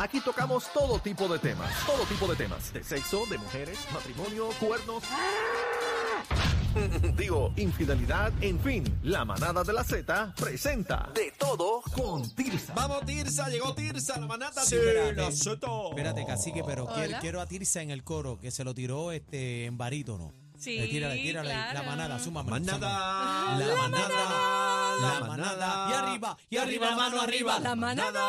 Aquí tocamos todo tipo de temas, todo tipo de temas, de sexo, de mujeres, matrimonio, cuernos, digo, infidelidad, en fin, la manada de la Z presenta de todo con Tirsa. Vamos, Tirsa, llegó Tirsa, la manata Sí, de espérate. la Zeta. Espérate, cacique, pero quiero, quiero a Tirsa en el coro, que se lo tiró este en barítono. Sí, Eh, tírale, tírale, claro. la manada, súmame. Manada, súmame. La manada, la la manada. manada. Y arriba, y arriba, mano arriba. La manada.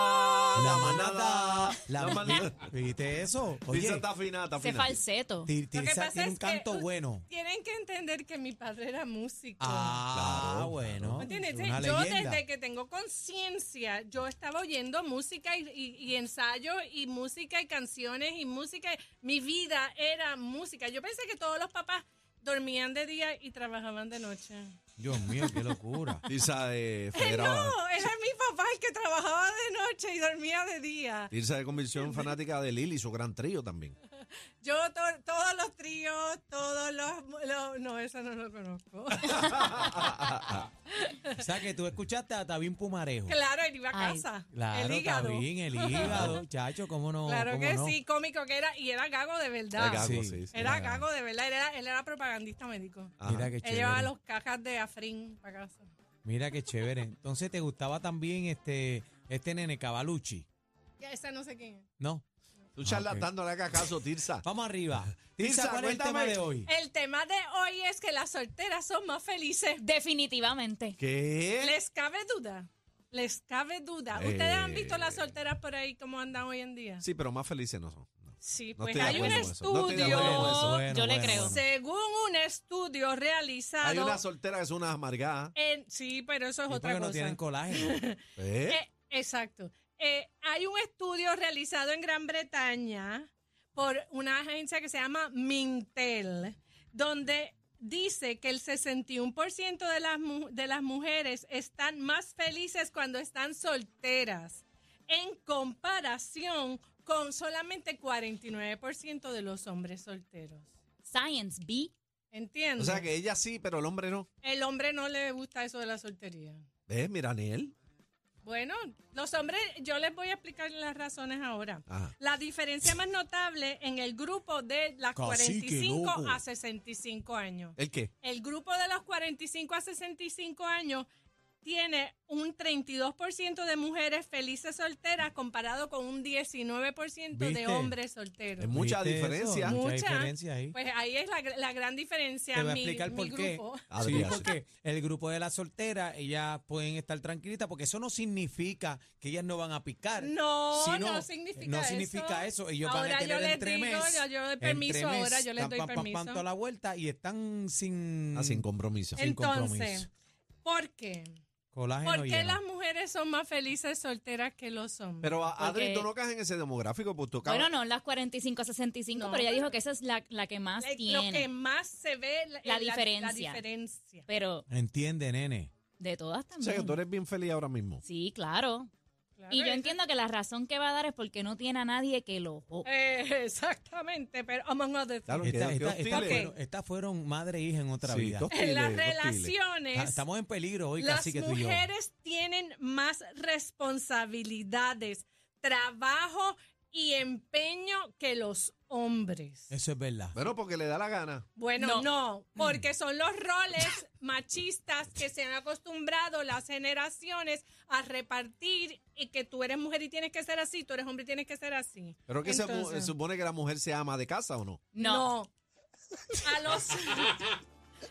La la manada, la la manada. manada. ¿Viste eso? Tirsa Oye, está fina, está Se fina. falseto. Tir- Lo que Tirsa pasa tiene es un que canto u- bueno. Tienen que entender que mi padre era músico. Ah, Claro, bueno. ¿Me entiendes? es Una yo leyenda. desde que tengo conciencia, yo estaba oyendo música y, y- y ensayo y música y canciones y música. Mi vida era música. Yo pensé que todos los papás dormían de día y trabajaban de noche. Dios mío, qué locura. Tirsa eh, federaba. No, era mi papá el que trabajaba de noche y dormía de día. Tirsa de convicción fanática de Lili, su gran trío también. Yo to- todos los tríos, todos los, los- No, eso no lo conozco. O sea, que tú escuchaste a Tabín Pumarejo. claro, él iba a Ay. casa. Claro, el hígado. Tabín, el hígado. Chacho, cómo no. Claro cómo que no. sí, cómico que era, y era gago de verdad. Era gago, Sí, sí, sí. Era gago de verdad, él era, él era propagandista médico. Ajá. Mira qué Él chévere. llevaba los cajas de afrín para casa. Mira qué chévere. Entonces te gustaba también este, este nene Cavalucci, Ya, esa no sé quién es. ¿no? Tú charlatán, no le hagas caso, Tirsa. Vamos arriba. Tirsa, Tirsa, ¿cuál es el tema cuéntame. de hoy? El tema de hoy es que las solteras son más felices. ¿Eh? Definitivamente. ¿Qué? ¿Les cabe duda? ¿Les cabe duda? Eh. ¿Ustedes han visto las solteras por ahí cómo andan hoy en día? Sí, Sí, pero más felices no son. No. No estoy pues de hay un acuerdo con eso. No estoy de estudio, acuerdo con eso. yo le creo. según un estudio realizado... Hay una soltera que es una amargada. en- sí, pero eso es Sí, otra porque cosa. no tienen colágeno. ¿Eh? Eh, exacto. Eh, hay un estudio realizado en Gran Bretaña por una agencia que se llama Mintel, donde dice que el 61% de las, mu- de las mujeres están más felices cuando están solteras, en comparación con solamente 49% de los hombres solteros. Science B. ¿Entiendes? O sea que ella sí, pero el hombre no. El hombre no le gusta eso de la soltería. ¿Ves? Mira, ni él. Bueno, los hombres, yo les voy a explicar las razones ahora. Ajá. La diferencia más notable en el grupo de las Cacique, 45 loco. a 65 años. ¿El qué? El grupo de los 45 a 65 años tiene un 32% de mujeres felices solteras comparado con un 19% ¿Viste? de hombres solteros. Es Mucha ¿Viste eso? diferencia. Mucha Mucha. diferencia ahí. Pues ahí es la, la gran diferencia. Te voy a mi, explicar mi por qué. grupo. Sí, Adrián, sí. porque el grupo de las solteras, ellas pueden estar tranquilitas, porque eso no significa que ellas no van a picar. No, sino- no significa No eso. significa eso. Ellos van Ahora a yo tener les entremés. digo, yo- yo doy este permiso entremés, ahora, yo les pam, doy pam, pam, pam, permiso. toda la vuelta y están sin, Ah, sin compromiso. sin Entonces, compromiso. ¿por qué? colágeno ¿Por qué lleno. las mujeres son más felices solteras que los hombres? Pero a- Adri, Porque- tú no caes en ese demográfico, pues tú acabas- Bueno, no, las 45 a 65, No. pero ella dijo que esa es la, la que más Eh, tiene. Lo que más se ve la, La eh, la- diferencia. la diferencia. Pero Entiende, nene. de todas O sea, que también. tú eres bien feliz ahora mismo. Sí, claro. Claro, Y yo eso- entiendo que la razón que va a dar es porque no tiene a nadie que lo jo- Eh, exactamente, pero among other Claro, things. que- Estas que esta, esta hostiles. fueron, estas fueron madre e hija en otra Sí, vida. dos En las hostiles, dos hostiles. relaciones, Ah, Estamos en peligro hoy, las casi que tú y yo. mujeres tienen más responsabilidades, trabajo y empeño que los hombres. Eso es verdad. Bueno, porque le da la gana. Bueno, no. No. Mm. porque son los roles machistas que se han acostumbrado las generaciones a repartir y que tú eres mujer y tienes que ser así, tú eres hombre y tienes que ser así. Pero que se, mu- Entonces- se supone que la mujer se ama de casa o no. No. A los...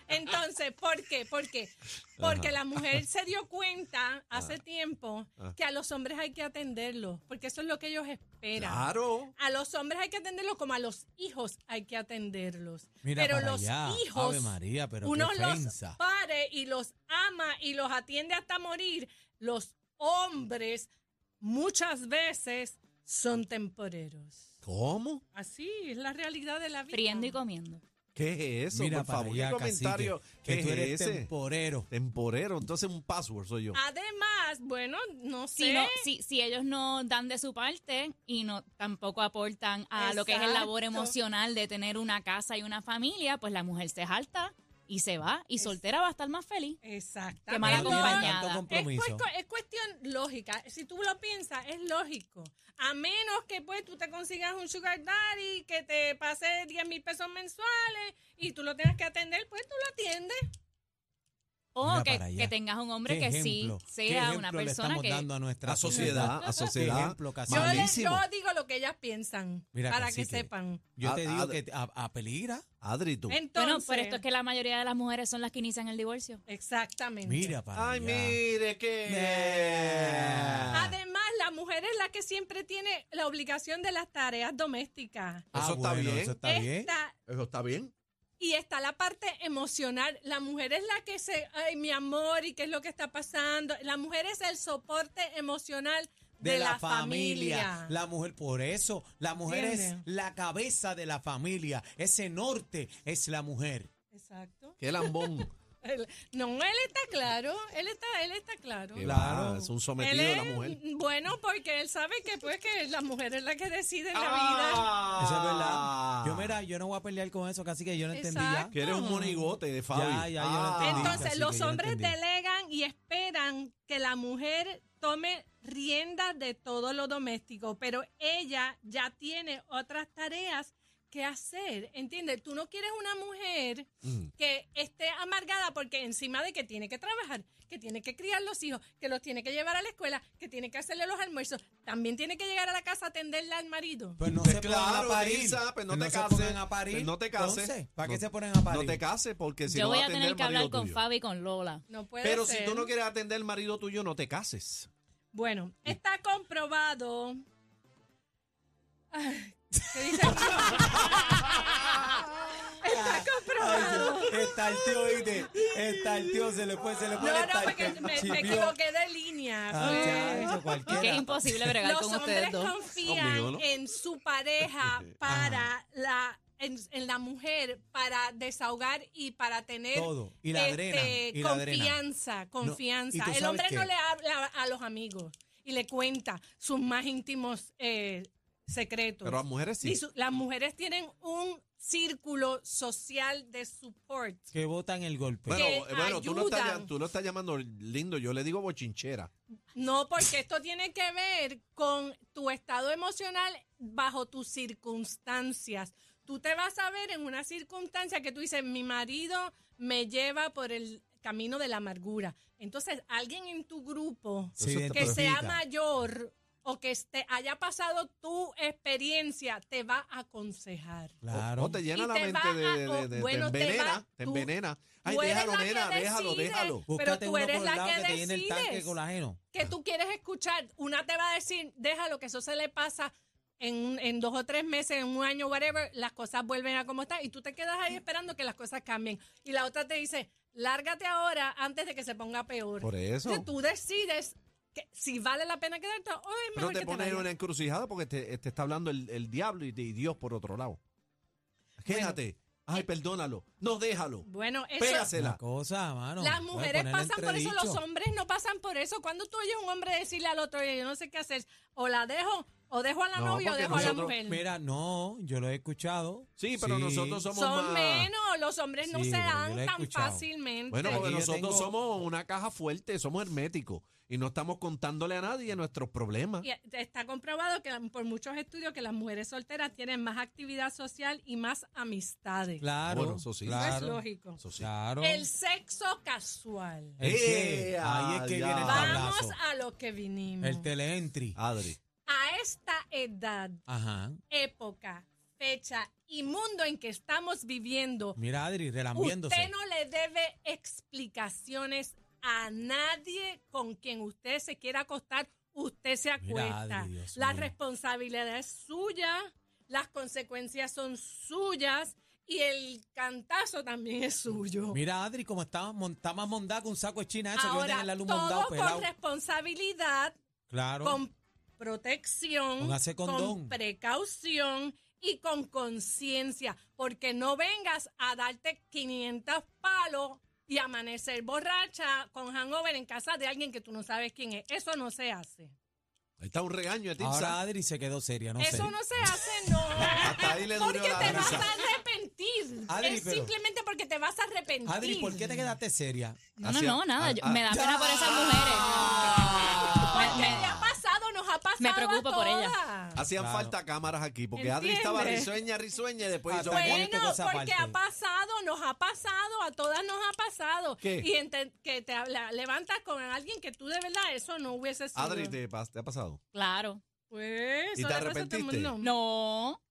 Entonces, ¿por qué? ¿Por qué? Porque la mujer se dio cuenta hace tiempo Ah. que a los hombres hay que atenderlos, porque eso es lo que ellos esperan. Claro. A los hombres hay que atenderlos como a los hijos hay que atenderlos. Mira pero para los allá. hijos, Ave María, pero qué uno los ofensa. pare y los ama y los atiende hasta morir. Los hombres muchas veces son temporeros. ¿Cómo? Así es la realidad de la vida. friendo y comiendo. ¿Qué es eso? Mira, Por para favor, allá, ¿qué comentario? cacique, ¿Qué que tú eres es ese? temporero. Temporero. Entonces un password soy yo. Ah. Además, bueno, no sé. Si, no- si, si ellos no dan de su parte y no tampoco aportan a lo que es el labor Exacto. emocional de tener una casa y una familia, pues la mujer se jalta y se va y soltera va a estar más feliz. Exactamente. Qué mala No tienen tanto acompañada. Es Es, compromiso. cu- es cuestión lógica. Si tú lo piensas, es lógico. A menos que pues tú te consigas un sugar daddy que te pase 10 mil pesos mensuales y tú lo tengas que atender, pues tú lo atiendes. O Mira que, para allá. que tengas un hombre ¿Qué que ejemplo? sí ¿Qué sea ejemplo una le persona estamos que dando a nuestra A sociedad, a sociedad. Qué ejemplo, Yo, le- cacique. Malísimo. yo digo lo que ellas piensan Mira, para que cacique. sepan. Yo te A- digo a- que a, a peligra. Adri, tú. Bueno, Entonces, por esto es que la mayoría de las mujeres son las que inician el divorcio. exactamente. Mira para Ay, allá. mire qué. Nah. Además, la mujer es la que siempre tiene la obligación de las tareas domésticas. Ah, Eso está bueno, bien. Eso está bien. Esta- Eso está bien. Y está la parte emocional. La mujer es la que se, ay, mi amor, y qué es lo que está pasando. La mujer es el soporte emocional de, la, familia. La mujer, por eso, la mujer ¿Entiendes? es la cabeza de la familia. Ese norte es la mujer. Exacto. Qué lambón. Él- no, él está claro. Él está, él está claro. Qué Él Claro. va, Es un sometido de la es, mujer. bueno porque él sabe que pues que la mujer es la que decide en Ah. Eso es verdad. Yo, mira, yo no voy a pelear con eso, casi que yo no entendí ya. Exacto. Que eres un monigote de Fabi. Ah. Ah. Ya, ya, yo lo la vida. entendí. Entonces, Así que los yo no hombres entendí. delegan y esperan que la mujer tome rienda de todo lo doméstico, pero ella ya tiene otras tareas que hacer, ¿entiendes? Tú no quieres una mujer Mm. que esté amargada porque encima de que tiene que trabajar, que tiene que criar los hijos, que los tiene que llevar a la escuela, que tiene que hacerle los almuerzos, también tiene que llegar a la casa a atenderle al marido. Pues no Pues se pongan claro, a parir. Elisa, pues no te se cases. pongan a parir. Pues no te cases. Entonces, ¿Para No- qué se ponen a parir? No te cases porque si yo no voy va a tener atender que el marido hablar con tuyo. Fabi y con Lola. No puede Pero si ser. tú no quieres atender al marido tuyo, no te cases. Bueno, está comprobado. Ay, ¿qué dice aquí? está comprobado. Está el tío, oíste. Está el tío, se le fue, se le fue. No, el no, estarteo. porque me, me Chipió. equivoqué de línea. Ah, fue- chacho, cualquiera. Que es imposible bregar Los con hombres ustedes dos. confían Conmigo, ¿no? en su Ah. pareja para la en, en la mujer para desahogar y para tener este, Todo. Y la adrena, y la adrena. confianza, ¿y confianza. tú El sabes hombre qué? no le habla a los amigos y le cuenta sus más íntimos eh, secretos. Pero a mujeres sí. Y su- las mujeres tienen un círculo social de support. Que botan el golpe. Bueno, eh, que bueno tú, lo estás, ayudan. tú lo estás llamando lindo, yo le digo bochinchera. No, porque esto tiene que ver con tu estado emocional bajo tus circunstancias. Tú te vas a ver en una circunstancia que tú dices, mi marido me lleva por el camino de la amargura. Entonces, alguien en tu grupo Se Eso está- que sea identifica. mayor o que este- haya pasado tu experiencia, te va a aconsejar. Claro. O, o te llena Y la te mente va de, a- de- o- de- de- bueno, te te va- envenena, te, tú- envenena. Ay, tú eres déjalo, la que nena, déjalo, decides. déjalo. Búscate tú uno eres por la lado que te llene el tanque de decides. colágeno. que tú quieres escuchar, una te va a decir, déjalo, que eso se le pasa en, en dos o tres meses, en un año, whatever, las cosas vuelven a como están y tú te quedas ahí esperando que las cosas cambien. Y la otra te dice, lárgate ahora antes de que se ponga peor. Por eso. Entonces tú decides que, si vale la pena quedarte o es Pero mejor te que pones te en vayas. una encrucijada porque te, te está hablando el, el diablo y, y Dios por otro lado. Quédate. eh, Ay, perdónalo. No, déjalo. Bueno, eso... La Pégasela. cosa, mano. Las puede mujeres ponerle pasan por eso, los entredicho. hombres no pasan por eso. Cuando tú oyes a un hombre decirle al otro, "Oye, yo no sé qué hacer, o la dejo, o dejo a la No, novia, o porque dejo a la nosotros- mujer. Mira, no, yo lo he escuchado. Sí, pero nosotros somos Son más- menos, los hombres no Sí, se pero yo dan la he tan escuchado. fácilmente. Bueno, porque Yo nosotros tengo- somos una caja fuerte, somos herméticos y no estamos contándole a nadie nuestros problemas. Y está comprobado que por muchos estudios que las mujeres solteras tienen más actividad social y más amistades. Claro. Bueno, eso sí. Eso Claro. es lógico. Eso sí. Claro. El sexo casual. ¿El qué? ¡Eh, Ahí es que ya! viene el Vamos tablazo. a lo que vinimos. El teleentry. Adri. a esta edad, Ajá. época, fecha y mundo en que estamos viviendo, Mira, Adri, relambiéndose. usted no le debe explicaciones a nadie con quien usted se quiera acostar. Usted se acuesta. Adri, Dios la mío. responsabilidad es suya, las consecuencias son suyas y el cantazo también es suyo. Mira, Adri, como está, mon- está más mondada que un saco de china eso que venden Ahora, en la luz todo mondado, con pelado. responsabilidad, Claro. con protección, Póngase condón. con precaución y con conciencia, porque no vengas a darte 500 palos y amanecer borracha con hangover en casa de alguien que tú no sabes quién es. Eso no se hace. Ahí está un regaño de Ahora Tirsa. Adri se quedó seria, no Eso sé. no se hace, no. Hasta ahí le porque dolió la te vas risa. a arrepentir. Adri, es pero- simplemente porque te vas a arrepentir. Adri, ¿por qué te quedaste seria? No, no, Hacia- no, nada. ah, yo- ah. me da pena por esas mujeres. Porque Me- me- le ha pasado, nos ha pasado. Me preocupo a por ella. todas. Hacían Claro. falta cámaras aquí, porque Adri ¿Entiendes? estaba risueña, risueña y Ah, después hizo pues, Hasta como- bonito Bueno, que esa porque parte. ha pasado, nos ha pasado, a todas nos ha pasado. ¿Qué? Y ente- que te habla- levantas con alguien que tú de verdad eso no hubiese sido. Adri, ¿te, pas- te ha pasado? Claro. Pues, ¿Y te eso le pasa a todo el arrepentiste? mundo. No.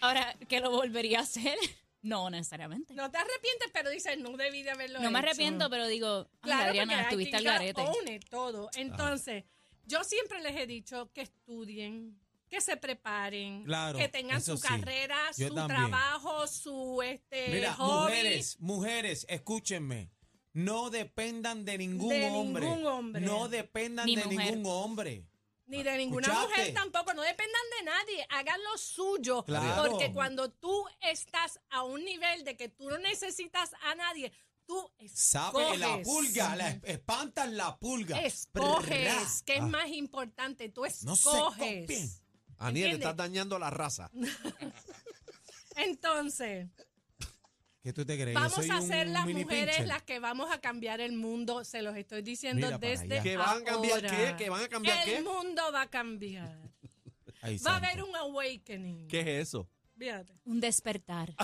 Ahora, ¿que lo volvería a hacer? No, necesariamente. No te arrepientes, pero dices, no debí de haberlo No me hecho. arrepiento, pero digo, ay, Claro, Adriana, porque estuviste aquí al garete. une todo. Entonces, yo siempre les he dicho que estudien, que se preparen, Claro, que tengan eso su sí. carrera, Yo su también. trabajo, su este Mira, hobby. mujeres, mujeres, escúchenme. No dependan de ningún De hombre. ningún hombre. No dependan Ni de mujer. ningún hombre. Ni de ninguna Escuchaste. mujer tampoco, no dependan de nadie, hagan lo suyo, Claro. porque cuando tú estás a un nivel de que tú no necesitas a nadie, tú Sabe escoges, la pulga, la esp- espantan la pulga. escoges, Prrra. que es Ah, más importante, tú No se copien. escoges. Aniel, ¿Entiendes? estás dañando a la raza. Entonces, ¿Qué tú te crees? Yo vamos soy a un ser las mini mujeres pincher. las que vamos a cambiar el mundo, se los estoy diciendo Mira para desde allá. ¿Que van a cambiar ahora. qué? ¿Que van a cambiar el qué? mundo va a cambiar. Ay, Va a santo. haber un awakening. ¿Qué es eso? Fíjate. Un despertar.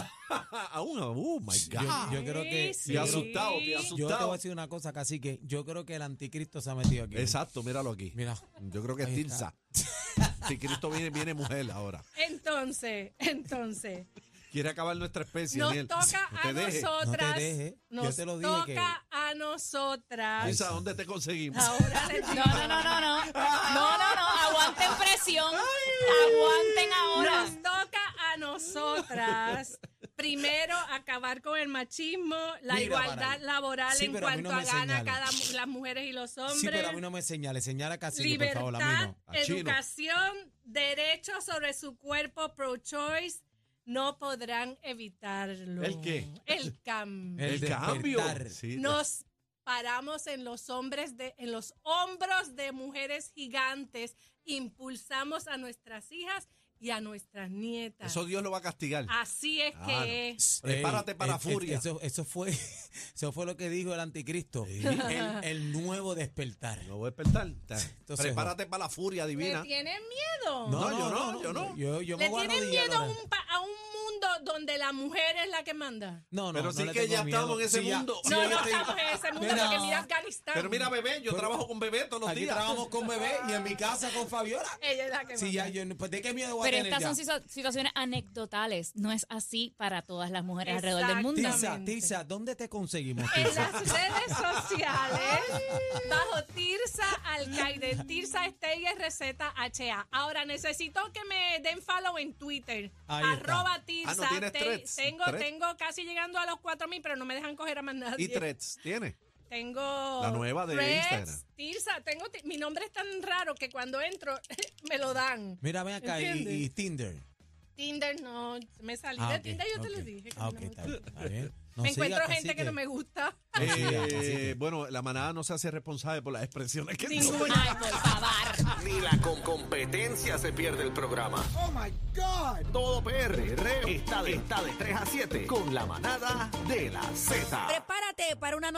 Aún, oh my Yo, God. yo creo que. Sí, Te yo ha creo- asustado, te ha Sí. Yo te voy a asustado. decir una cosa, casi que yo creo que el anticristo se ha metido aquí. Exacto, míralo aquí. Mira. Yo creo que es Ahí está. Tirsa. Si Cristo viene, viene mujer ahora. Entonces, entonces, Quiere acabar nuestra especie, nos Aniel. toca No a te dejes. nosotras. No te dejes. Yo Nos te lo dije toca que- a nosotras. Tirsa, ¿dónde te conseguimos? Ah. Ahora les No, digo, no, no, no, no. No, no, no. Aguanten presión. Aguanten ahora. nos toca a nosotras. Primero, acabar con el machismo, la Mira, igualdad Maravilla. laboral Sí, en pero a mí no cuanto a me gana señales. cada mu- las mujeres y los hombres. Sí, pero a mí no me señale, señala casi, por Libertad, favor, a mí no. A Chino. educación, derechos sobre su cuerpo pro-choice no podrán evitarlo. ¿El qué? El cambio. El El cambio. despertar. Sí. Nos paramos en los hombres de, en los hombros de mujeres gigantes, impulsamos a nuestras hijas y a nuestras nietas. eh, Eso Dios lo va a castigar. Ah. Así es Claro. que es. Prepárate para eh, eh, furia. Eso, eso fue, eso fue lo que dijo el anticristo. El, el nuevo despertar. No voy a despertar. Ta- Entonces, Prepárate para la furia ¿Le divina. tienen miedo? No, yo no, yo no. Yo, yo me ¿Le voy a tienen arrodillar miedo a ahora. un, pa- a un mundo donde la mujer es la que manda? No, no, Pero no sí le que tengo ya miedo. estamos en ese Sí, ya. mundo. Sí, No, yo no estoy- estamos en ese mundo Mira. porque mira Afganistán. Pero mira, bebé, yo Pero- trabajo con bebé todos los Aquí días. trabajamos con bebé y en mi casa con Fabiola. Ella es la que Sí, manda. ya, yo, no- pues, ¿de qué miedo voy a Pero tener estas ya? son situa- situaciones anecdotales. No es así para todas las mujeres alrededor del mundo. Exactamente. Tirsa, Tirsa, ¿dónde te conseguimos, En Tirsa? las redes sociales, bajo Tirsa Alcaide, Tirsa H-A. Ahora necesito que me den follow en Twitter. Ahí está. arroba Ah, Tirsa. ¿no tienes Te- threads? tengo, Threads. tengo casi llegando a los 4000, pero no me dejan coger a más nadie. Y threads tiene. Tengo. La nueva de threads, Instagram. Tirsa, tengo. ti- Mi nombre es tan raro que cuando entro me lo dan. Mira, ven acá, y, ¿Entiendes? y Tinder. Tinder no. Me salí Ah, de ok, Tinder, yo ok. te lo dije. que Ah, no ok, me está gusta. bien, está bien. No me sigas, encuentro gente que cacique. no me gusta. No sigas, Eh, cacique. bueno, la manada no se hace responsable por las expresiones que Ninguna. tuvo. Ay, por favor. Ni la con competencia se pierde el programa. Oh my God. Todo PR está de, está de 3 a 7 con la manada de la Z. Prepárate para una